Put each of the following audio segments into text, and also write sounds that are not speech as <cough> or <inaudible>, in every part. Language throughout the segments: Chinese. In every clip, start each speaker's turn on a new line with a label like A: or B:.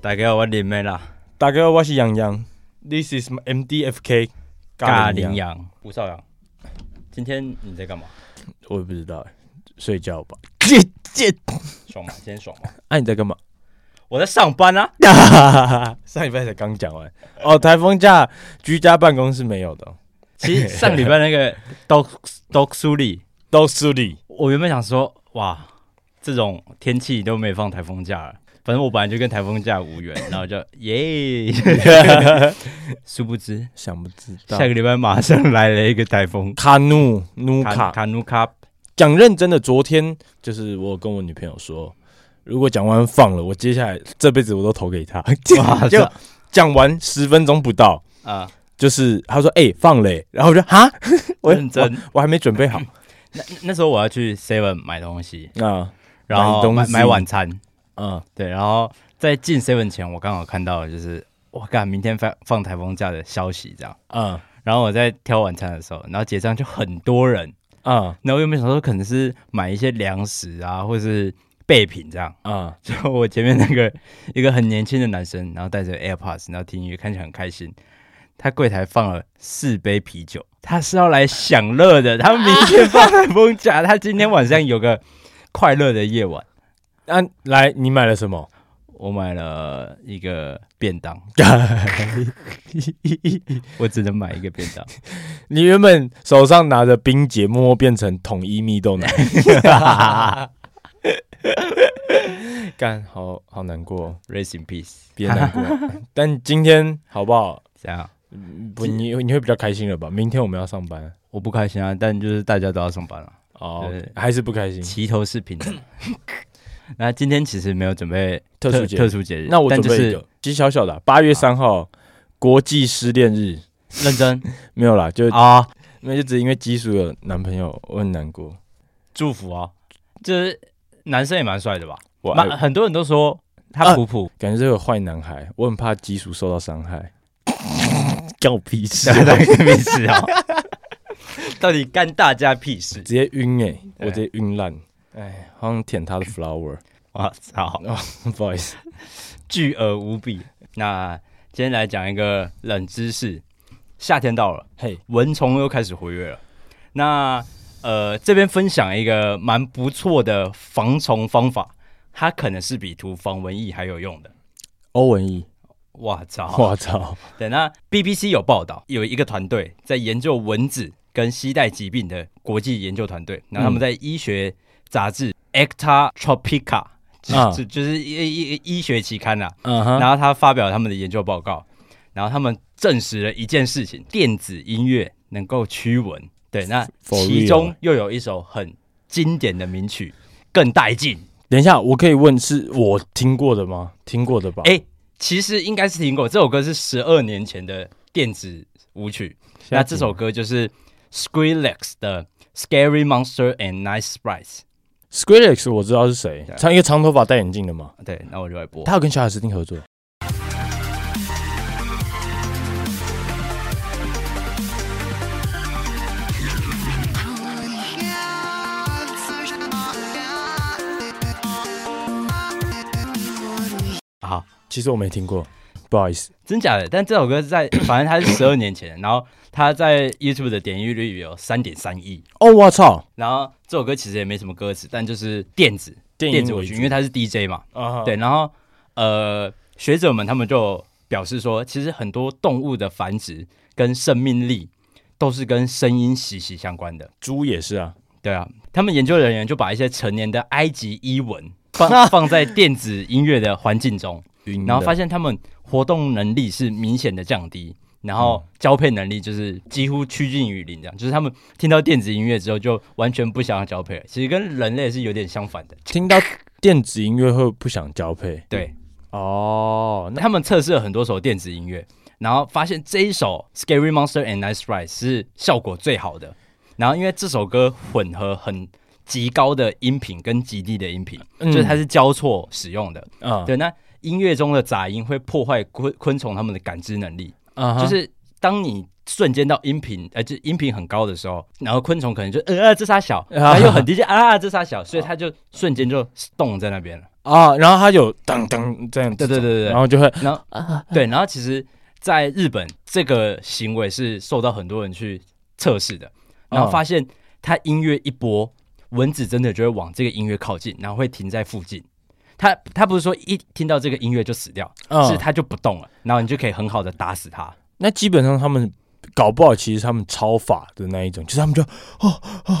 A: 大家好，我林妹啦，
B: 大家好，我是洋洋，This is MDFK
A: 尬羚。羊吴少阳。今天你在干嘛？
B: 我也不知道欸，睡觉吧。
A: 爽吗？今天爽吗？
B: 啊，你在干嘛？
A: <laughs> 我在上班 <laughs> 啊。
B: <laughs> 上礼拜才刚讲完 <laughs> 哦，台风假居家办公是没有的哦，
A: 其实上礼拜那个 Dog <laughs> Dog 苏里，
B: 都是你。
A: 我原本想说，哇，这种天气都没放台风假了。反正我本来就跟台风假无缘，然后就 <laughs> 耶，殊不知
B: <laughs> 想不知道
A: 下。个礼拜马上来了一个台风
B: 卡努努
A: 卡
B: 卡，
A: 卡努卡，
B: 讲认真的，昨天就是我有跟我女朋友说，如果讲完放了，我接下来这辈子我都投给她。
A: 哇
B: <laughs> 就
A: 这
B: 讲完十分钟不到，
A: 啊，
B: 就是她说哎、放嘞、然后我就哈， <laughs> 我
A: 认真
B: 我，我还没准
A: <laughs>
B: 备好
A: 那那时候我要去 Seven 买东西，
B: 啊
A: 然
B: 买
A: 后
B: 东
A: 买
B: 西
A: 买晚餐，
B: 啊
A: 对，然后在进 Seven 前，我刚好看到就是我干明天放放台风假的消息这样，
B: 啊
A: 然后我在挑晚餐的时候，然后结账就很多人，
B: 啊
A: 然后我原本想说可能是买一些粮食啊，或是备品这样， <laughs>
B: 啊
A: 就我前面那个一个很年轻的男生，然后戴着 AirPods，然后听音乐，看起来很开心。他柜台放了四杯啤酒，他是要来享乐的。他明天放台风假，他今天晚上有个快乐的夜晚。
B: 啊！来，你买了什么？
A: 我买了一个便
B: <laughs>
A: 当，我只能买一个便
B: <laughs>
A: 当。
B: 你原本手上拿着冰姐，默默变成统一蜜豆奶， <laughs> 干，好好难过哦，
A: Rest in peace，
B: 别
A: <laughs>
B: 难过。但今天好不好？
A: 这样
B: 不，你你会比较开心了吧？明天我们要上班
A: 我不开心啊，但就是大家都要上班了，
B: 哦
A: 对，
B: 还是不开心？
A: 齐头是平
B: <coughs>
A: 等的。那今天其实没有准备
B: 特殊节日
A: 特殊节日，
B: 那我
A: 但
B: 准
A: 就
B: 备一
A: 是
B: 个，其实小小的啊，八月三号国际失恋日，
A: 认真
B: 没有啦，就
A: 啊，
B: 那就只因为基叔有男朋友，我很难过。
A: 祝福啊，就是男生也蛮帅的吧？
B: 我爱
A: 蛮很多人都说他
B: 啊
A: 普
B: <laughs>
A: 普，
B: 感觉是个坏男孩，我很怕基叔受到伤害。 <laughs> 干我屁事
A: 大家
B: <laughs>
A: 屁事啊， <laughs> 到底干大家屁事？
B: 直接晕哎、我
A: 对
B: 直接晕烂，哎，好像舔他的 <laughs> flower，
A: 我操！
B: 哦不好意思，
A: 巨额无比。那今天来讲一个冷知识，夏天到了，
B: 嘿，
A: 蚊虫又开始活跃了。那呃，这边分享一个蛮不错的防虫方法，它可能是比涂防蚊液还有用的。
B: 欧文义，
A: 哇操！
B: 我操，
A: 对，那 BBC 有报道，有一个团队在研究蚊子跟携带疾病的国际研究团队，然后他们在医学杂志《Acta Tropica》
B: 啊
A: 就就就是医医医学期刊啊啦、
B: 嗯哼，
A: 然后他发表他们的研究报告，然后他们证实了一件事情：电子音乐能够驱蚊。对，那
B: For
A: 其
B: real
A: 中又有一首很经典的名曲更带劲。
B: 等一下，我可以问是我听过的吗？听过的吧？
A: 哎、其实应该是听过这首歌，是十二年前的电子舞曲。
B: 现在
A: 那这首歌就是 Skrillex 的《Scary Monster and Nice Sprites
B: Skrillex 我知道是谁
A: 对，
B: 长一个长头发戴眼镜的嘛，》。
A: 对，那我就来播。
B: 他有跟小海斯汀合作，
A: 好，
B: 其实我没听过，不好意思，
A: 真假的？但这首歌在，反正它是十二年前的，然后它在 YouTube 的点击率有三点三亿。
B: 哦，我操，
A: 然后这首歌其实也没什么歌词，但就是电子
B: 电
A: 电
B: 影
A: 子舞
B: 为
A: 曲，
B: 主
A: 因为它是 DJ 嘛。
B: 啊，
A: 对，，然后呃，学者们他们就表示说，其实很多动物的繁殖跟生命力都是跟声音息息相关的。
B: 猪也是啊，
A: 对啊，他们研究人员就把一些成年的埃及伊蚊放 <laughs> 放在电子音乐的环境中，
B: 晕的
A: 然后发现他们活动能力是明显的降低，然后交配能力就是几乎趋近于零，这样就是他们听到电子音乐之后就完全不想要交配了，其实跟人类是有点相反的。
B: 听到电子音乐会不想交配，
A: 对
B: 哦，那
A: 他们测试了很多首电子音乐，然后发现这一首《Scary Monster and Nice Ride》是效果最好的，然后因为这首歌混合很。极高的音频跟极低的音频，
B: 嗯
A: 就是它是交错使用的。
B: 啊，
A: 对，那音乐中的杂音会破坏昆昆虫它们的感知能力，
B: 啊哈，
A: 就是当你瞬间到音频，呃，就音频很高的时候，然后呃啊昆虫可能就呃这沙小，然后又很低就啊这沙小，所以它就瞬间就冻在那边了。
B: 啊，然后它有当当这样
A: 对
B: 子，
A: 对对对对
B: 然后就会
A: 然后、对，然后其实在日本这个行为是受到很多人去测试的，然后发现它音乐一播，蚊子真的就会往这个音乐靠近，然后会停在附近。它它不是说一听到这个音乐就死掉，
B: 嗯
A: 是它就不动了，然后你就可以很好的打死它。
B: 那基本上他们搞不好其实他们超法的那一种，就是他们就哦哦哦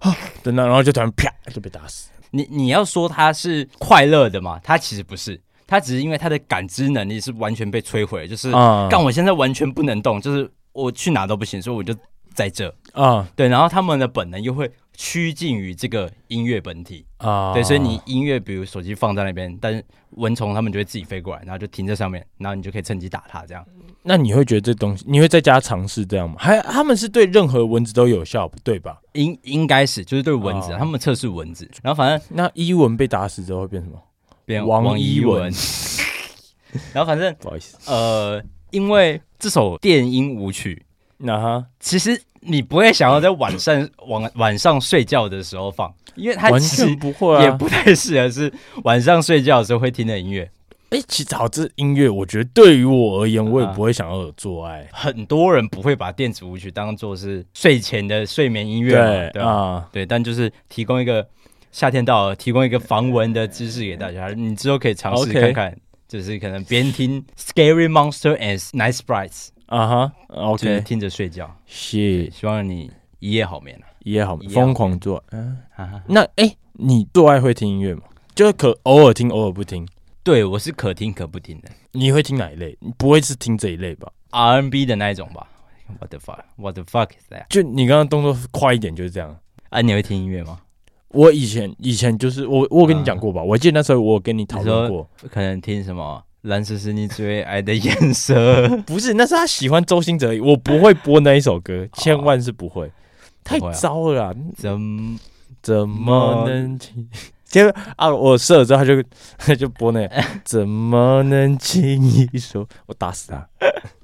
B: 哦等到然后就突然啪就被打死。
A: 你你要说它是快乐的嘛？它其实不是，它只是因为它的感知能力是完全被摧毁，就是
B: 啊
A: 干、我现在完全不能动，就是我去哪都不行，所以我就在这。
B: 啊
A: 对，然后他们的本能又会趋近于这个音乐本体，
B: 啊！
A: 对，所以你音乐比如手机放在那边，但是蚊虫它们就会自己飞过来，然后就停在上面，然后你就可以趁机打它，这样
B: 那你会觉得这东西，你会在家尝试这样吗？还他们是对任何蚊子都有效，对吧？
A: 应应该是就是对蚊子啊，
B: 哦
A: 他们测试蚊子，然后反正
B: 那伊蚊被打死之后会变什么？
A: 变
B: 王
A: 一
B: 一
A: 文， <laughs> 然后反正
B: 不好意思，
A: 呃，因为这首电音舞曲，
B: 那哈
A: 其实你不会想要在晚上 <coughs> 晚晚上睡觉的时候放，因为它
B: 完
A: 其实
B: 全不会啊。
A: 也不太适合是晚上睡觉的时候会听的音乐。
B: 哎、其实好，这音乐我觉得对于我而言，
A: 啊
B: 我也不会想要有做爱。
A: 很多人不会把电子舞曲当做是睡前的睡眠音乐嘛，
B: 对
A: 对吧？
B: 啊，
A: 对，但就是提供一个夏天到了，提供一个防蚊的知识给大家，你之后可以尝试
B: OK
A: 看看就是可能边听 Scary Monster and Nice Sprites，
B: 啊哈
A: 就是
B: ，OK，
A: 听着睡觉，
B: 谢
A: 希望你一夜好眠啊
B: 一夜好
A: 一夜好
B: 疯狂做爱。嗯、
A: 哈哈。
B: 那哎、诶你做爱会听音乐吗？就是可偶尔听，偶尔不听。
A: <laughs> 对我是可听可不听的
B: 你会听哪一类？你不会是听这一类吧？
A: ，R&B 的那一种吧。What the fuck? What the fuck is that?
B: 就你刚刚动作快一点，就是这样。
A: 啊，你会听音乐吗？
B: 我以前以前就是我，我有跟你讲过吧？我记得那时候我有跟你讨论过，
A: 可能听什么《蓝色是你最 <laughs> 爱的颜色》 <laughs>
B: 不是，那是他喜欢周兴哲，我不会播那一首歌，千万是不会，太糟了啦，
A: 怎么？
B: 怎么能 <laughs> 轻？结果啊，我射了之后他就 <laughs> 他就播那个，怎么能轻易说？我打死他！ <laughs>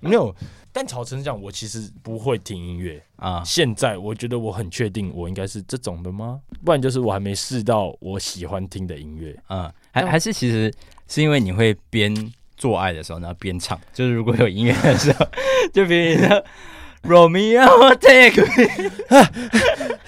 B: 没有，但吵成这样，我其实不会听音乐。
A: 啊，
B: 现在我觉得我很确定，我应该是这种的吗？不然就是我还没试到我喜欢听的音乐。
A: 嗯，
B: 哦
A: 还还是其实是因为你会边做爱的时候，然后边唱，就是如果有音乐的时候， <laughs> 就比如说 Romeo take me，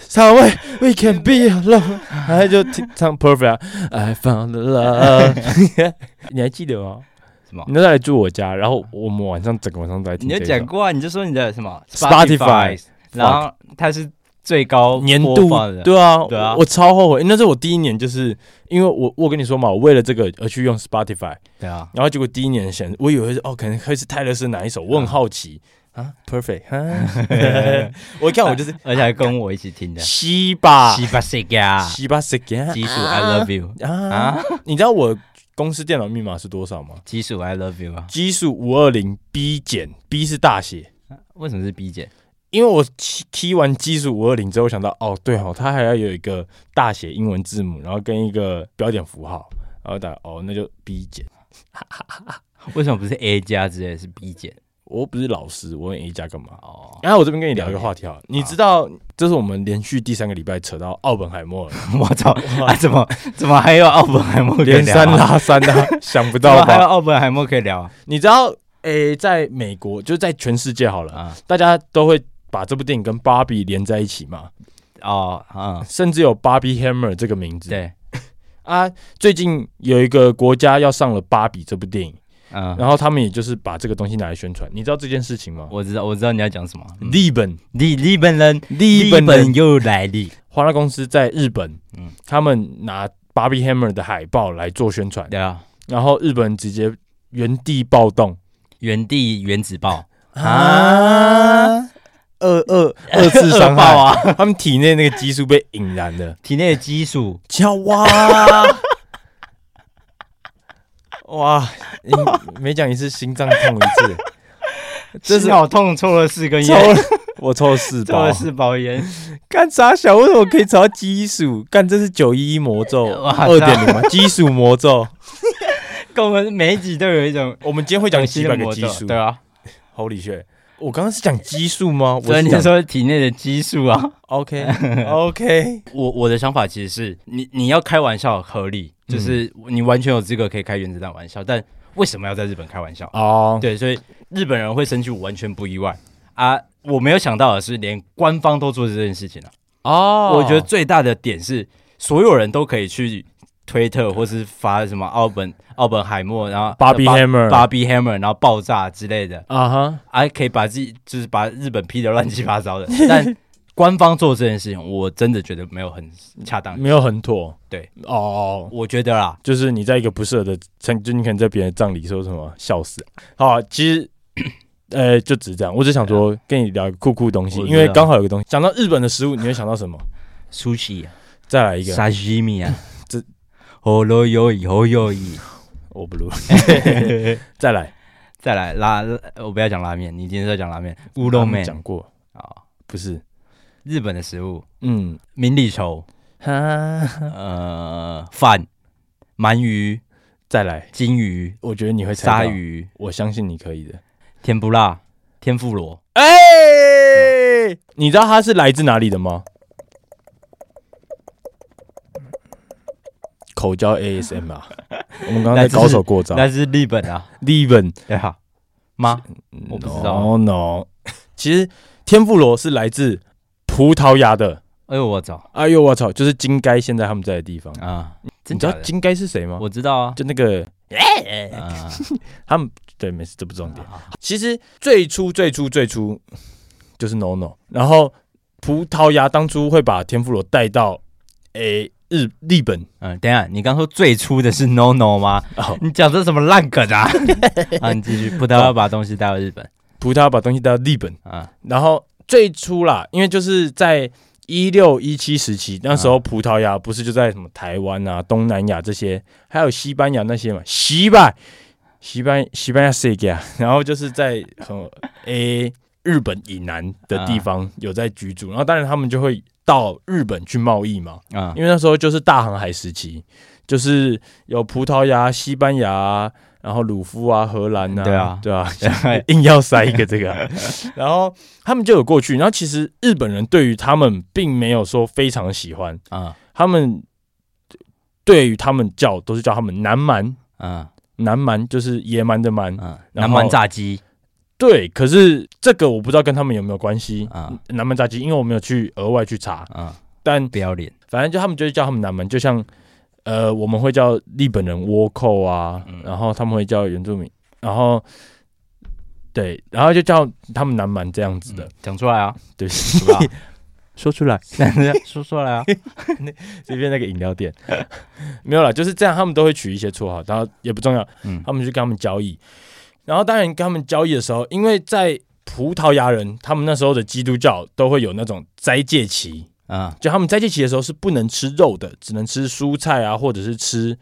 B: 唱位 We can be alone，然后就听唱 Perfect 啊 I found love，你 <laughs> 还记得吗？
A: 什么
B: 你？那时候来住我家，然后我们晚上整个晚上都在听
A: 你
B: 这
A: 就
B: 一首。
A: 讲过啊，你就说你的什么
B: Spotify，
A: 然后它是最高
B: 年
A: 播
B: 度
A: 放的，
B: 对啊，
A: 对啊
B: 我超后悔，那是我第一年，就是因为我我跟你说嘛，我为了这个而去用 Spotify，
A: 对啊，
B: 然后结果第一年选，我以为是哦，可能会是泰勒斯哪一首，我很好奇啊，Perfect，哈 <laughs> 我一看我就是
A: 而且还跟我一起听的，
B: 西吧
A: 西巴西
B: <laughs>
A: 嘎，
B: 西吧 s i g
A: 基础 I love you
B: 啊
A: 啊，
B: 你知道我公司电脑密码是多少吗？
A: 基础 I love you 啊，
B: 基数五二零 B 减 B 是大写，
A: 为什么是 B 姐？
B: 因为我 key key 完基数五二零之后，我想到哦，对哦，它还要有一个大写英文字母，然后跟一个标点符号，然后打哦，那就 B 减。
A: 为什么不是 A 加之类的是 B 姐？
B: 我又不是老师，我问 A 加干嘛？
A: 哦， <laughs>
B: 然后我这边跟你聊一个话题啊，你知道这是我们连续第三个礼拜扯到奥本海默了，
A: 我操！啊，怎么怎么还有奥本海默可以
B: 连
A: 聊啊
B: 三拉三啊，想不
A: 怎么
B: 到
A: 还有
B: 吧？
A: 奥本海默可以聊啊
B: <laughs> 你知道诶、在美国就在全世界好了，
A: 啊？
B: 大家都会把这部电影跟芭比连在一起嘛，
A: 哦，嗯，
B: 甚至有芭比 Hammer 这个名字。
A: 对，
B: 啊，最近有一个国家要上了《芭比》这部电影，
A: 嗯，
B: 然后他们也就是把这个东西拿来宣传。你知道这件事情吗？
A: 我知道，我知道你要讲什么。嗯
B: 日本，
A: 日日本人，
B: 日
A: 日
B: 本
A: 本
B: 人，
A: 又来了。
B: 华纳公司在日本，
A: 嗯
B: 他们拿《芭比 Hammer》的海报来做宣传，
A: 对啊，
B: 然后日本直接原地暴
A: <laughs>
B: 动
A: 原地原子爆
B: 啊！二二二次伤害
A: 爆
B: 啊！
A: 啊，
B: 他们体内那个激素被引燃
A: <laughs>
B: 了，
A: 体内的激素
B: 叫哇哇！你 <laughs> 每讲一次心脏痛一次，这是
A: 心脑痛抽了四 <laughs> 根
B: 抽
A: 烟，
B: 了 <laughs> 我抽了四
A: 抽
B: 包
A: 了，四包烟，
B: 干啥小？为什么可以找到激素？干这是九一一魔 <laughs> 咒
A: 哇
B: 二点零吗？激素魔 <laughs> 咒。
A: 跟我们每一集都有一种
B: 我们今天会讲几百个
A: 魔
B: 激
A: 咒
B: 素
A: 对啊，
B: ，Holy shit！我刚刚是讲激素吗？我
A: 所
B: 是
A: 以你
B: 讲
A: 说体内的激素啊，
B: <laughs> OK OK，
A: 我我的想法其实是你你要开玩笑合理，就是你完全有资格可以开原子弹玩笑，但为什么要在日本开玩笑？
B: 哦，
A: 对，所以日本人会生气，我完全不意外啊！我没有想到的是，连官方都做这件事情了、
B: 哦
A: 我觉得最大的点是，所有人都可以去推特或是发什么奥本奥本海默，然后
B: Barbie Hammer
A: 芭比 Hammer，然后爆炸之类的，
B: 啊哈，
A: 还、可以把自己就是把日本批的乱七八
B: <laughs>
A: 糟的，但。官方做这件事情，我真的觉得没有很恰当。
B: 没有很妥，
A: 对，
B: 哦。
A: 我觉得啦，
B: 就是你在一个不适合的场，就你可能在别人的葬礼说什么笑死。好啊、其实，呃，就只是这样。我只想说跟你聊一个酷酷的东西，
A: 我知道
B: 因为刚好有个东西。讲到日本的食物，你会想到什么？
A: 苏西、
B: 再来一个，
A: 沙西米 <laughs> 啊，
B: 这
A: 喉咙有以喉有以，
B: 我不如。
A: <laughs>
B: 再来，
A: 再来拉，我不要讲拉面，你今天在讲拉面，乌龙面
B: 讲过，
A: 啊，
B: 不是？
A: 日本的食物，
B: 嗯，
A: 明里稠，
B: 哈，
A: 呃，饭，鳗鱼、
B: 再来，
A: 金鱼、
B: 我觉得你会猜到
A: 鲨，鱼、
B: 我相信你可以的。
A: 甜不辣、天妇罗，
B: 哎、你知道它是来自哪里的吗？口交 ASM
A: <laughs>
B: 啊，我们刚刚在高手过招。
A: 那是日本啊，
B: 日本，
A: 对啊吧？吗？我不知道
B: No no，其实天妇罗是来自葡萄牙的。
A: 哎呦，我操
B: 哎呦我操，就是金该现在他们在的地方。
A: 啊！
B: 你
A: 真
B: 知
A: 假
B: 道
A: 的？
B: 金该是谁吗？
A: 我知道啊，
B: 就那个
A: 啊，
B: 他们对，没事，这不重点。其实最初最初最初就是 no no，然后葡萄牙当初会把天妇罗带到诶、日日本，
A: 嗯，等一下，你刚说最初的是 no no 吗？
B: 哦
A: 你讲这什么烂梗
B: <laughs>
A: 啊？啊，你继续，葡萄牙把东西带到日本
B: 葡萄牙把东西带到日本，
A: 啊，
B: 然后最初啦，因为就是在一六一七时期，那时候葡萄牙不是就在什么台湾啊、东南亚这些，还有西班牙那些嘛，西班西班西班牙世界啊，然后就是在很 <laughs> 诶、日本以南的地方有在居住，然后当然他们就会到日本去贸易嘛，
A: 啊
B: 因为那时候就是大航海时期，就是有葡萄牙、西班牙啊，然后鲁夫啊、荷兰呐、
A: <laughs> 对啊
B: 对啊，硬要塞一个这
A: <laughs>
B: 个啊、然后他们就有过去。然后其实日本人对于他们并没有说非常喜欢，
A: 啊
B: 他们对于他们叫都是叫他们南蛮，
A: 啊
B: 南蛮就是野蛮的蛮。
A: 啊！
B: 然
A: 南
B: 后
A: 蛮炸鸡
B: 对，可是这个我不知道跟他们有没有关系。
A: 啊
B: 南蛮炸鸡，因为我没有去额外去查，
A: 啊，
B: 但
A: 不要脸
B: 反正就他们就会叫他们南蛮，就像呃我们会叫日本人倭寇啊，
A: 嗯
B: 然后他们会叫原住民，然后对，然后就叫他们南蛮这样子的，
A: 嗯讲出来啊，
B: 对 <laughs> 不
A: 是吧？
B: 说出来。
A: <laughs> 说出来
B: <laughs>
A: 啊，
B: 这边那个饮料店 <laughs> 没有啦，就是这样，他们都会取一些绰号，然后也不重要，
A: 嗯
B: 他们去跟他们交易。然后当然跟他们交易的时候，因为在葡萄牙人他们那时候的基督教都会有那种斋戒期，
A: 啊
B: 就他们斋戒期的时候是不能吃肉的，只能吃蔬菜啊，或者是吃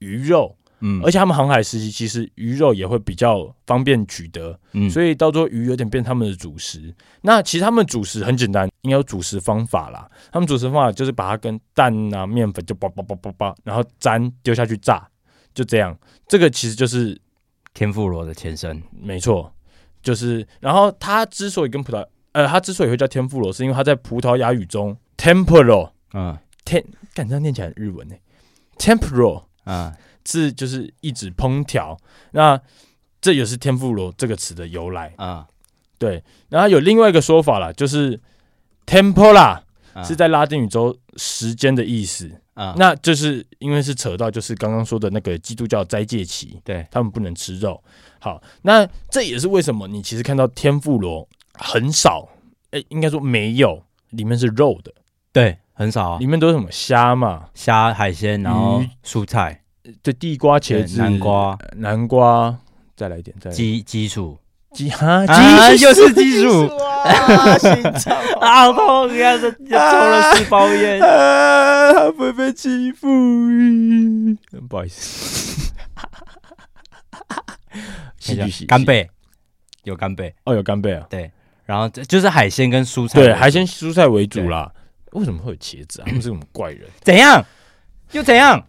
B: 鱼肉。
A: 嗯
B: 而且他们航海时期，其实鱼肉也会比较方便取得，
A: 嗯
B: 所以到最后鱼有点变他们的主食。那其实他们的主食很简单，应该有主食方法啦。他们主食方法就是把它跟蛋啊、面粉就叭叭叭叭叭，然后粘丢下去炸，就这样。这个其实就是
A: 天妇罗的前身
B: 没错，就是。然后它之所以跟葡萄呃，它之所以会叫天妇罗，是因为它在葡萄牙语中 tempero，
A: 啊
B: 干这样念起来很日文呢、t e m p e r o
A: 啊
B: 是就是一指烹调，那这也是天妇罗这个词的由来。
A: 啊
B: 对，然后有另外一个说法啦，就是 tempora
A: 啊
B: 是在拉丁语中时间的意思，
A: 啊
B: 那就是因为是扯到就是刚刚说的那个基督教斋戒期，
A: 对
B: 他们不能吃肉。好，那这也是为什么你其实看到天妇罗很少，哎、应该说没有，里面是肉的，
A: 对，很少啊
B: 里，面都是什么虾嘛，
A: 虾海鲜，然后
B: 鱼
A: 蔬菜、
B: 对，地瓜、茄子、呃
A: 南、瓜、
B: 南瓜，再来一点，再来一点
A: 鸡基础
B: <laughs> 鸡哈
A: 啊
B: 鸡
A: 又是鸡薯
B: 啊， <laughs> 心脏好
A: 啊，好痛！你看这抽了四包
B: <laughs>
A: 烟，
B: 啊，他会被欺负。不好意思， <laughs> 戏剧系
A: 干贝有干贝，
B: 哦，有干贝啊，
A: 然后这就是海鲜跟蔬菜为主，
B: 对，海鲜蔬菜为主啦。为什么会有茄子啊？ <coughs> 他们是什么怪人？
A: 怎样 <laughs> 又怎样？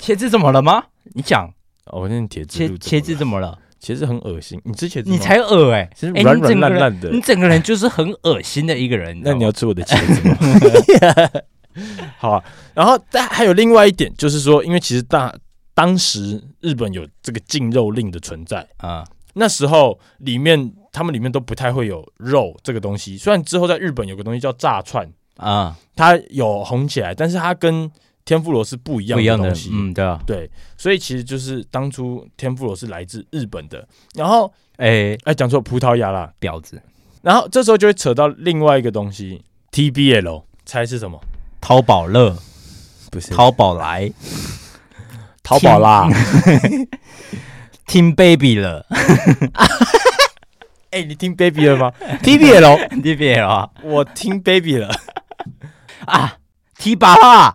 A: 茄子怎么了吗？你讲
B: 哦，我那茄子
A: 茄
B: 路怎么
A: 茄
B: 了
A: 子怎么了？
B: 茄子很恶心，你吃茄子吗
A: 你才恶哎、
B: 其实
A: 哎
B: 软
A: 你整个
B: 软烂
A: 人
B: 烂的哦
A: 你整个人就是很恶心的一个人。
B: 那你
A: 知道
B: 要
A: 吗
B: 吃我的茄子吗？ <laughs> 好啊。然后但还有另外一点，就是说，因为其实大当时日本有这个禁肉令的存在，
A: 啊，
B: 那时候里面他们里面都不太会有肉这个东西。虽然之后在日本有个东西叫炸串，
A: 啊，
B: 它有红起来，但是它跟天妇罗是不一样
A: 不一样的
B: 东西。，
A: 嗯，对啊，
B: 对，所以其实就是当初天妇罗是来自日本的，然后
A: 哎，
B: 哎讲错葡萄牙啦，
A: 婊子，
B: 然后这时候就会扯到另外一个东西 TBL，猜是什么？
A: 淘宝乐，
B: 不是
A: 淘宝来
B: 淘宝啦！
A: ，Team Baby
B: <laughs>
A: 了
B: 哎、你 <laughs> 听 Baby 了吗？TBL，
A: ，DBL 啊
B: <laughs> 我听 Baby 了，
A: 啊，T 八啦，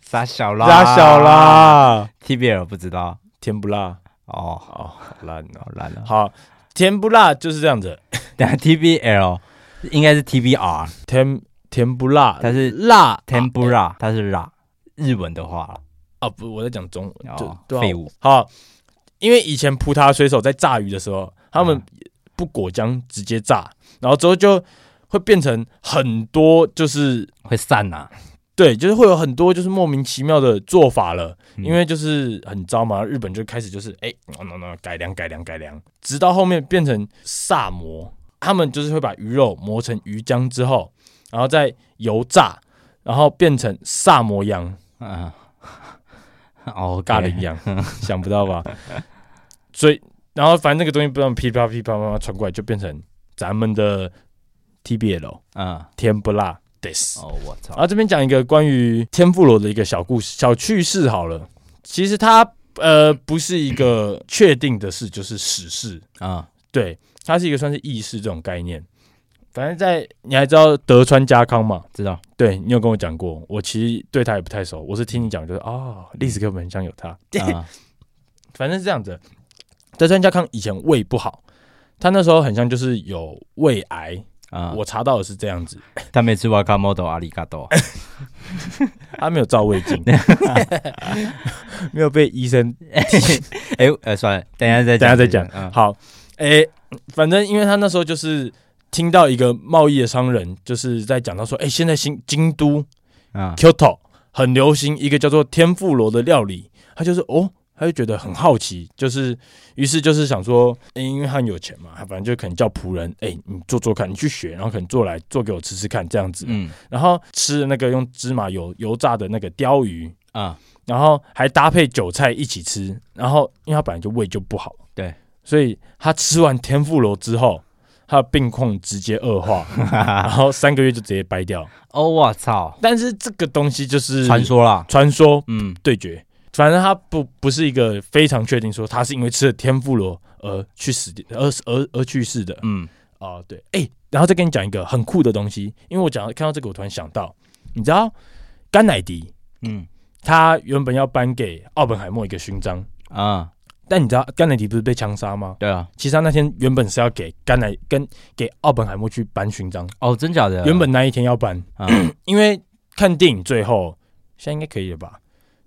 A: 傻小啦，
B: 拉小啦，
A: ，TBL 不知道
B: 甜不辣
A: 哦，
B: 哦，好烂哦。
A: 好烂了， <laughs>
B: 好，甜不辣就是这样子，
A: 等下 TBL 应该是 TBR，
B: 甜甜不辣，
A: 它是
B: 辣
A: Tempura，它是辣，日文的话啦
B: 啊不，我在讲中文，就
A: 哦
B: 对啊
A: 废物
B: 好，因为以前葡萄牙水手在炸鱼的时候，他们不果浆直接炸，然后之后就会变成很多就是
A: 会散呐，
B: 对，就是会有很多就是莫名其妙的做法了，
A: 嗯
B: 因为就是很糟嘛。日本就开始就是哎，no no no，改良改良改良，直到后面变成萨摩，他们就是会把鱼肉磨成鱼浆之后，然后再油炸，然后变成萨摩羊
A: 嗯，哦，
B: 咖喱羊，想不到吧？所以，然后反正那个东西不让噼啪噼啪啪啪传过来，就变成咱们的 TBL
A: 嗯，
B: 天不辣 this。
A: 哦，我操
B: 然，啊后这边讲一个关于天妇罗的一个小故事、小趣事好了。其实它呃不是一个确定的事，就是史事，
A: 啊，
B: 对，它是一个算是轶事这种概念。反正在你还知道德川家康嘛？
A: 知道，
B: 对你有跟我讲过，我其实对他也不太熟，我是听你讲，就是哦，历史课本上有他。
A: 啊
B: 反正是这样子，德川家康以前胃不好，他那时候很像就是有胃癌，
A: 啊，
B: 我查到的是这样子，
A: 他没吃瓦卡莫多阿里嘎多，
B: 他没有照胃镜， <laughs> 没有被医生。
A: 哎，呃，算了，等一下再
B: 等一下再讲
A: 嗯
B: 好，诶、反正因为他那时候就是听到一个贸易的商人就是在讲到说，诶、现在新京都
A: 啊
B: Kyoto 很流行一个叫做天妇罗的料理，他就是哦，他就觉得很好奇，就是于是就是想说，诶因为他很有钱嘛，他反正就可能叫仆人，哎、你做做看，你去学，然后可能做来做给我吃吃看这样子，
A: 嗯
B: 然后吃的那个用芝麻油油炸的那个鲷鱼，
A: 啊，
B: 然后还搭配韭菜一起吃，然后因为他本来就胃就不好，
A: 对，
B: 所以他吃完天妇罗之后。他的病况直接恶
A: <laughs>
B: 化，然后三个月就直接掰掉。
A: 哦，我操，
B: 但是这个东西就是
A: 传说啦，
B: 传说
A: 嗯，
B: 对决。反正他不不是一个非常确定说他是因为吃了天妇罗而去死的，而而而去世的
A: 嗯，
B: 啊、对，哎、然后再跟你讲一个很酷的东西，因为我讲到看到这个，我突然想到，你知道甘乃迪
A: 嗯，
B: 他原本要颁给奥本海默一个勋章，
A: 啊，
B: 但你知道甘乃迪不是被枪杀吗？
A: 对啊，
B: 其实他那天原本是要给甘乃跟给奥本海默去颁勋章，
A: 哦，真假的，
B: 原本那一天要颁，
A: 啊，
B: <clears throat> 因为看电影最后现在应该可以了吧？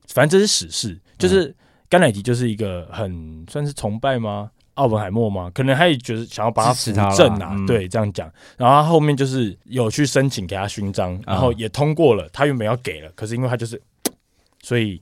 B: 反正这是史事，就是甘乃迪就是一个很算是崇拜吗？奥本海默吗？可能他也觉得想要把他
A: 支
B: 扶
A: 持他啦
B: 正啊，
A: 嗯
B: 对，这样讲。然后他后面就是有去申请给他勋章，然后也通过了。他原本要给了，可是因为他就是，所以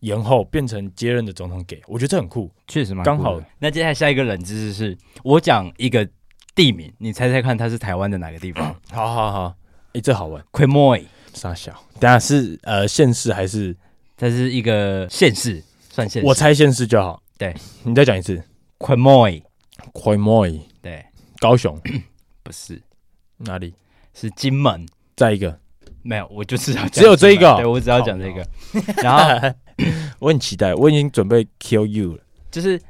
B: 延后变成接任的总统给。我觉得这很酷。
A: 确实蛮
B: 刚
A: 酷的
B: 好。
A: 那接下来下一个冷知识是，我讲一个地名，你猜猜看它是台湾的哪个地 <coughs> 方？
B: 好好好，哎，这好玩。
A: 奎莫伊，
B: 傻小，等下是呃县市还是？
A: 它是一个县市，算县市。
B: 我猜县市就好。
A: 对，
B: 你再讲一次。
A: 奎莫伊，
B: k o m o i
A: 对，
B: 高雄 <clears throat>
A: 不是，
B: 哪里？
A: 是金门。
B: 再一个，
A: 没有，我就只要讲
B: 只有这一个哦
A: 对我只要讲这个。然后
B: 我很期待，我已经准备 kill you 了。
A: 就是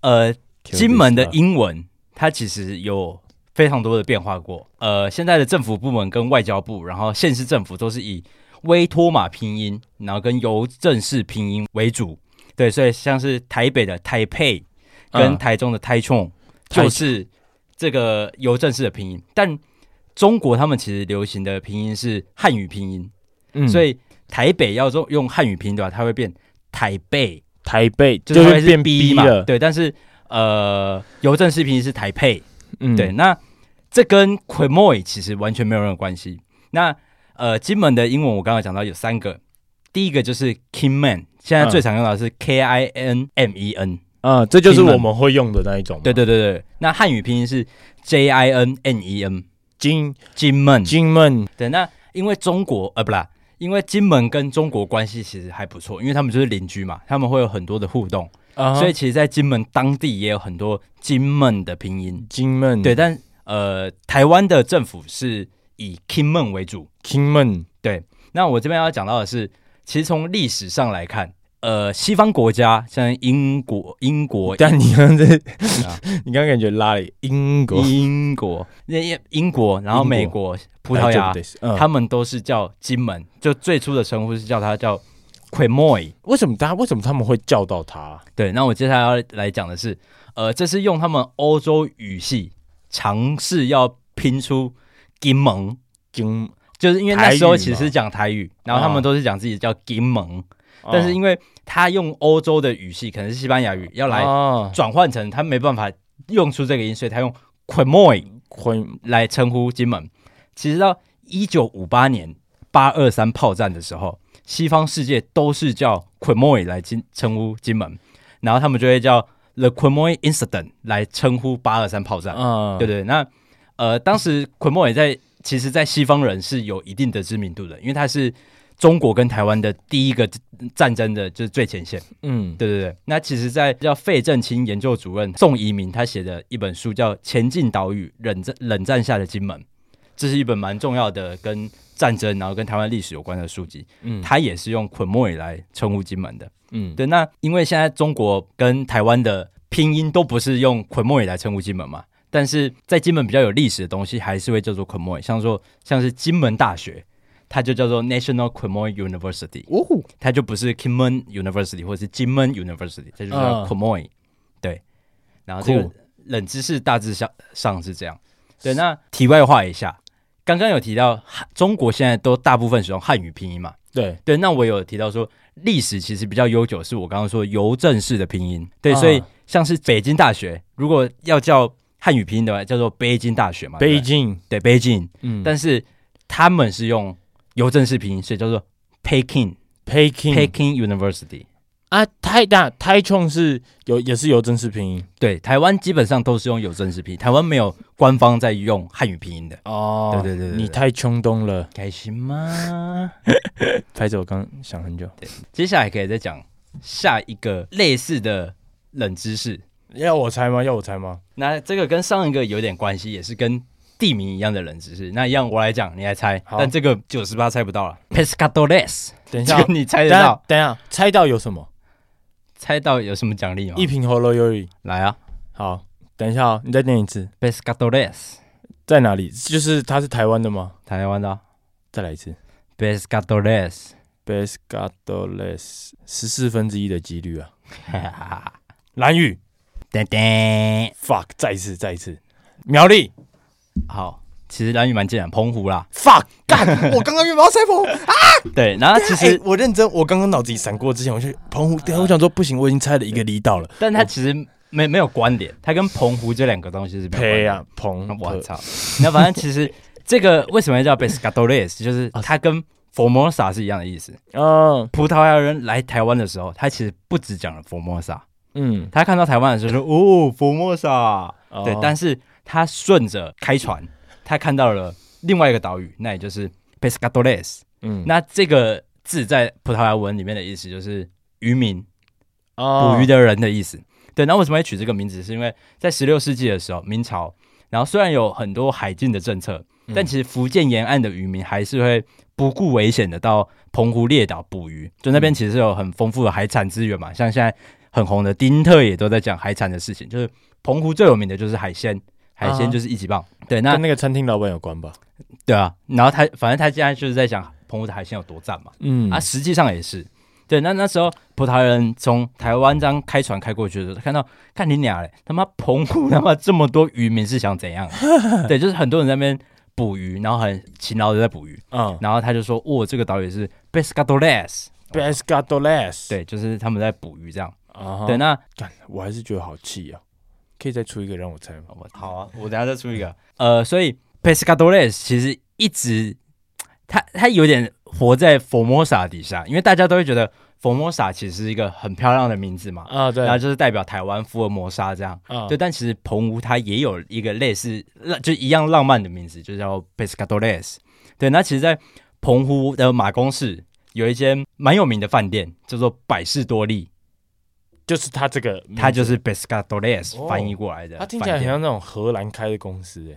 A: 呃，
B: Kill
A: 金门的
B: this
A: 英文它其实有非常多的变化过。呃，现在的政府部门跟外交部，然后县市政府都是以威托马拼音，然后跟邮政式拼音为主。对，所以像是台北的台北跟
B: 嗯
A: 台中的台冲、
B: 台
A: 就是这个邮政式的拼音，但中国他们其实流行的拼音是汉语拼音，
B: 嗯
A: 所以台北要用用汉语拼音的话，它会变台北。
B: 台北
A: 就是是
B: 变
A: B 嘛，
B: 了。
A: 对，但是呃，邮政视频是台配，
B: 嗯
A: 对，，那这跟 q u e m o i 其实完全没有任何关系。那呃，金门的英文我刚刚讲到有三个，第一个就是 Kinmen，现在
B: 嗯
A: 最常用到的是 K I N M E N，
B: 啊，这就是
A: 金门
B: 我们会用的那一种嘛。
A: 对对对对，那汉语拼音是 J I N N E N，
B: 金
A: 金门。
B: 金们
A: 对，那因为中国呃不啦，因为金门跟中国关系其实还不错，因为他们就是邻居嘛，他们会有很多的互动，
B: 啊哈，
A: 所以其实，在金门当地也有很多金门的拼音。
B: 金们
A: 对，但呃，台湾的政府是以 Kinmen 为主。
B: 金们
A: 对，那我这边要讲到的是，其实从历史上来看，呃，西方国家像英国、英国、
B: 但你刚刚这
A: 啊，
B: <laughs> 你刚刚感觉拉了一个英国、
A: 英国、那英国，然后美国、葡萄牙，
B: 嗯，
A: 他们都是叫金门，就最初的称呼是叫它叫 Quemoy。
B: 为什么大家为什么他们会叫到他？
A: 对，那我接下来要来讲的是，呃，这是用他们欧洲语系尝试要拼出金门，
B: 金，
A: 就是因为那时候
B: 台语
A: 其实
B: 嘛啊
A: 是讲台语，然后他们都是讲自己叫金门，但是
B: 为
A: 因为他用欧洲的语系，可能是西班牙语，要来
B: 啊，
A: 转换成他没办法用出这个音，所以他用 Quemoy
B: 会
A: 来称呼金门。其实到一九五八年八二三炮战的时候，西方世界都是叫 Quemoy 来金称呼金门，然后他们就会叫 The Quemoy Incident 来称呼八二三炮战。
B: 啊，
A: 对对，那呃，当时 Quemoy 在其实，在西方人是有一定的知名度的，因为他是中国跟台湾的第一个战争的就是最前线。
B: 嗯，
A: 对对对，那其实，在叫费正清研究主任宋移民他写的一本书叫《前进岛屿：冷战冷战下的金门》，这是一本蛮重要的跟战争，然后跟台湾历史有关的书籍。
B: 嗯
A: 他也是用 Quemoy 来称呼金门的。
B: 嗯，
A: 对，那因为现在中国跟台湾的拼音都不是用 Quemoy 来称呼金门嘛，但是在金门比较有历史的东西，还是会叫做 Quemoy，像说像是金门大学，它就叫做 National Quemoy University。
B: 哦，
A: 它就不是 Kinmen University 或是金门 University，它就叫
B: 嗯
A: Komoy、对，然后这个
B: 酷
A: 冷知识大致上上是这样。对，那题外话一下，刚刚有提到汉中国现在都大部分使用汉语拼音嘛？
B: 对，
A: 对，那我有提到说历史其实比较悠久，是我刚刚说邮政式的拼音。对，所以
B: 嗯
A: 像是北京大学，如果要叫汉语拼音的话，叫做北京大学嘛？对
B: 北
A: 不
B: 京，
A: 对对北京，
B: 嗯，
A: 但是他们是用邮政式拼音，所以叫做 Peking。
B: 北京
A: Peking University。
B: 啊，太大太冲是有也是邮政式拼音
A: 对，台湾基本上都是用有正式拼音，台湾没有官方在用汉语拼音的。
B: 哦
A: 对对对对对
B: 你太冲动了，
A: 开心吗？
B: 拍着我刚想很久，
A: 接下来可以再讲下一个类似的冷知识。
B: 要我猜吗？要我猜吗？
A: 那这个跟上一个有点关系，也是跟地名一样的冷知识。那一样我来讲，你来猜，
B: 好
A: 但这个九十八猜不到了。Pescadores，
B: 等一下
A: 这，个你猜
B: 等一
A: 得
B: 下
A: 到？，
B: 等一下，猜到有什么？
A: 猜到有什么奖励吗
B: 一？瓶喉咙优饮。
A: 来啊
B: 好，等一下哦，你再念一次，
A: ，Pescadores，
B: 在哪里？就是它是台湾的吗？
A: 台湾的啊
B: 再来一次
A: Pescadores。
B: b e s c a d o l e s 十四分之一的几
A: <laughs>
B: 率啊！蓝雨
A: 噔噔，
B: ，fuck，再一次，再一次，苗栗
A: 好，其实蓝雨蛮简单，澎湖啦。
B: ，fuck，干！
A: <laughs>
B: 我刚刚原本要猜澎湖，
A: 对，然后其
B: 其实、
A: 实，
B: 哎我认真，我刚刚脑子里闪过之前，我就澎湖，对，我想说不行，我已经猜了一个离岛了，
A: 但它其实没没有关联，它跟澎湖这两个东西是没有关
B: 呸
A: 联。
B: 啊，澎湖，
A: 我操！那反正其实这个为什么要叫 Pescadores，就是它跟 Formosa 是一样的意思。
B: 嗯
A: 葡萄牙人来台湾的时候，他其实不只讲了 Formosa，
B: 嗯，
A: 他看到台湾的时候说哦 Formosa，对，
B: 哦
A: 但是他顺着开船，他看到了另外一个岛屿，那也就是 Pescadores。
B: 嗯
A: 那这个字在葡萄牙文里面的意思就是渔民，
B: 那
A: 捕鱼
B: 的
A: 的人的意思。对，那为什么会取这个名字？是因为在十六世纪的时候，明朝，然后虽然有很多海禁的政策，
B: 嗯
A: 但其实福建沿岸的渔民还是会不顾危险的到澎湖列岛捕鱼，就
B: 嗯
A: 那边其实是有很丰富的海产资源嘛，像现在很红的丁特也都在讲海产的事情，就是澎湖最有名的就是海鲜，海鲜
B: 啊
A: 就是一级棒。对，那
B: 跟那个餐厅老板有关吧？
A: 对啊，然后他反正他现在就是在讲澎湖的海鲜有多赞嘛。
B: 嗯
A: 啊，实际上也是。对，那那时候葡萄牙人从台湾这样开船开过去的时候，看到看你俩嘞，他妈澎湖他妈这么多渔民是想怎样、
B: <laughs>
A: 啊？对，就是很多人在那边捕鱼，然后很勤劳的在捕鱼，
B: 嗯
A: 然后他就说，哇，这个岛屿是 Pescadores，
B: b e s c a d o l e s，
A: 对，就是他们在捕鱼这样。
B: 啊哈
A: 对，那
B: 干，我还是觉得好气啊！可以再出一个让我猜吗？
A: 我好啊，我等下再出一个。呃，所以 Pescadores 其实一直他他有点活在 Formosa 底下，因为大家都会觉得 Formosa 其实是一个很漂亮的名字嘛，
B: 啊，对
A: 然，后就是代表台湾福尔摩沙这样。
B: 啊
A: 对，，但其实澎湖它也有一个类似，浪就一样浪漫的名字，就叫 Pescadores。对，那其实，在澎湖的马公市有一间蛮有名的饭店，叫做百事多利，
B: 就是他这个名字，
A: 它就是 Pescadores
B: 哦
A: 翻译过来的
B: 他
A: 饭
B: 听
A: 店。啊
B: 起来很像那种荷兰开的公司，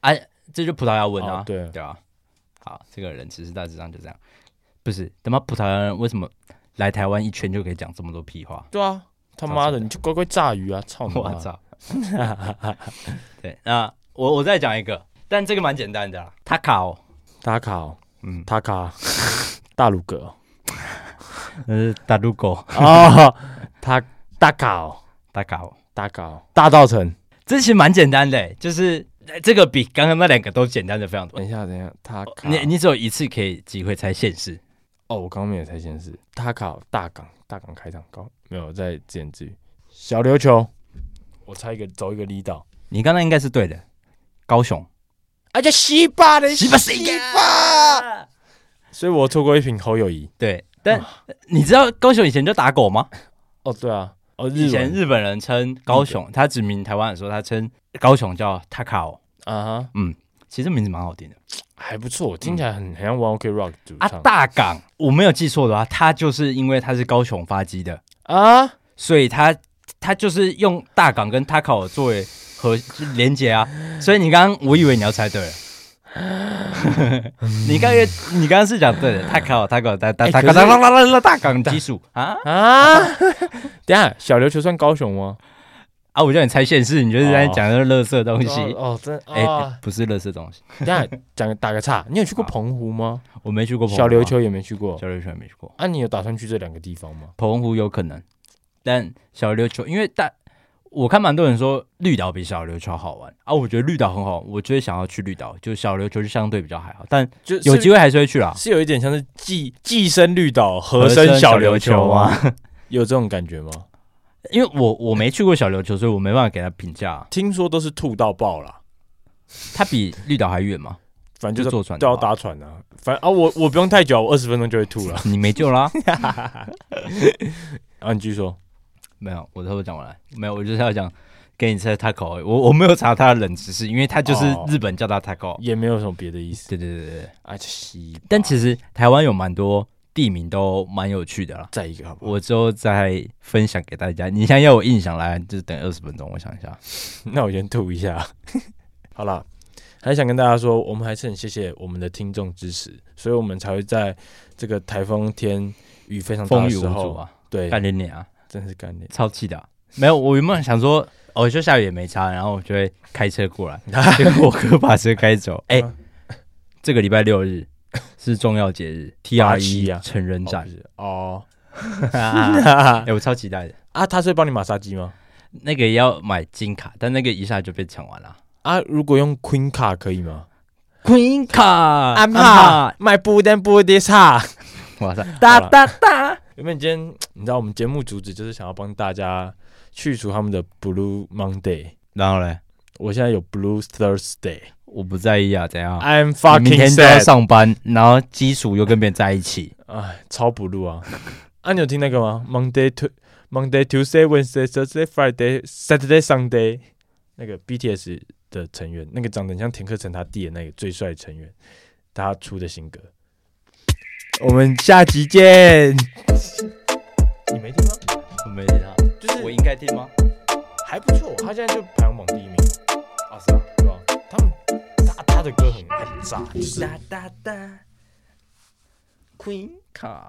B: 哎，
A: 这就葡萄牙文啊，
B: 哦对
A: 对啊。好，这个人其实大致上就这样，不是他妈葡萄牙人为什么来台湾一圈就可以讲这么多屁话？
B: 对啊，他妈的，你就乖乖炸鱼啊，操你
A: <laughs> 我
B: 妈！
A: 操！ <laughs> 对，那我我再讲一个，但这个蛮简单的啦，塔卡哦，
B: 塔卡哦，
A: 嗯，
B: 塔卡，
A: <laughs>
B: 大鲁格哦
A: 那是达鲁狗，
B: 哦，塔大卡哦，
A: 塔卡哦，
B: 大卡哦，大道城。
A: 这其实蛮简单的，就是呃这个比刚刚那两个都简单的非常多
B: 等。一下，等一下，塔卡，
A: 你你只有一次可以机会猜现实，
B: 哦，我刚刚没有猜先是塔卡大港，大港开场高，没有在自言自语。小琉球，我猜一个，走一个离岛。
A: 你刚刚应该是对的，高雄，
B: 啊，叫西巴的
A: 西巴西
B: 巴，所以我错过一瓶侯友谊。
A: <laughs> 对，但你知道高雄以前就打狗吗？
B: 哦，对啊，哦，
A: 以
B: 日
A: 前
B: 文
A: 日本人称高雄，他指明台湾的时候，他称高雄叫 Takao，
B: 啊哈，
A: 其实名字蛮好听的
B: 还不错，听起来很很像 One Ok Rock 主
A: 啊。
B: 唱
A: 大港，我没有记错的话，他就是因为他是高雄发迹的，
B: 啊。
A: 所以他他就是用大港跟 Takao 作为和连接啊。所以你刚刚我以为你要猜对了。 <laughs> 你刚刚你刚刚是讲
B: 嗯
A: 对的，大港大港大
B: 哎
A: 大大港大港大港大港基础啊
B: 啊！ <laughs> 等一下，小琉球算高雄吗？
A: 啊！我叫你猜现实，你就是在讲那个垃圾东西，
B: 哦，哦真
A: 哎、
B: 啊！
A: 不是垃圾东西，
B: 等一下讲个打个岔，你有去过澎湖吗？
A: 我没去过澎湖
B: 小琉
A: 啊
B: 球也没去过。
A: 小琉球还没去过，
B: 啊，你有打算去这两个地方吗？
A: 澎湖有可能，但小琉球因为大，我看蛮多人说绿岛比小琉球好玩啊，我觉得绿岛很好玩，我就会想要去绿岛，就小琉球就相对比较还好，但
B: 就
A: 有
B: 是
A: 机会还是会去啦。
B: 是有一点像是寄寄生绿岛，和
A: 生
B: 生
A: 小
B: 小
A: 琉
B: 琉
A: 球
B: 球
A: 吗
B: 吗？ <laughs> 有这种感觉吗？
A: 因为我我没去过小琉球，所以我没办法给他评价啊、
B: 听说都是吐到爆啦，
A: 它比绿岛还远吗？
B: 反正
A: 就
B: 就是
A: 坐船
B: 都
A: 的
B: 要
A: 话
B: 搭船啊。反正啊，我我不用太久，我二十分钟就会
A: <laughs>
B: 吐了。啊
A: 你没救
B: <laughs>
A: 啦、
B: 然后你继续说，
A: 没有，我差不多讲完了，没有，我就是要讲。给你猜 taco，而已我我没有查他的冷知识，因为他就是
B: 哦
A: 日本叫他 taco、
B: 也没有什么别的意思
A: 对对对对对，
B: 啊。西巴，
A: 但其实台湾有蛮多地名都蛮有趣的啦。
B: 再一个好不好？
A: 我之后再分享给大家。你现在要有印象来，就是等二十分钟，我想一下。
B: <laughs> 那我先吐一下。好啦，还想跟大家说，我们还是很谢谢我们的听众支持，所以我们才会在这个台风天雨非常大
A: 风
B: 的
A: 雨无
B: 时
A: 阻
B: 候，
A: 啊，
B: 对，
A: 干你脸啊，
B: 真
A: <laughs>
B: 是 <laughs> 干练。
A: 超气的啊、没有，我原本想说，哦，就下雨也没差，然后我就会开车过来， <laughs> 结果我哥把车开
B: <laughs>
A: 走。
B: 嗯
A: 哎、这个礼拜六日是重要节日，T R
B: 八七
A: E
B: 啊哦
A: 成人展
B: 哦不。是
A: <laughs>
B: 哦，
A: 哎、我超期待的。
B: 啊，他是会帮你马杀鸡吗？
A: 那个要买金卡，但那个一下就被抢完了。
B: 啊，如果用 Queen 卡可以吗？
A: Queen 卡，安
B: 怕，卖布丁布丁叉。
A: 哇塞，
B: 哒
A: 哒哒，
B: 原本今天你知道我们节目主旨就是想要帮大家去除他们的 Blue Monday，
A: 然后嘞，
B: 我现在有 Blue Thursday，I'm
A: 我不在意啊，怎样？你明
B: fucking
A: 天就要
B: sad，
A: 上班，然后基础又跟别人在一起。
B: 哎，超 blue 啊！ <laughs> 啊，你有听那个吗？Monday to Monday Tuesday Wednesday Thursday Friday Saturday Sunday，那个 BTS 的成员，那个长得很像田克诚他弟的那个最帅成员，他出的新歌。我们下集见。你没听吗？
A: 我没听到，
B: 就是
A: 应该听吗？
B: 还不错，他现在就排行榜第一名。啊，是啊，对吧？他们他他的歌很很炸，就是
A: 哒哒哒，Queen 卡。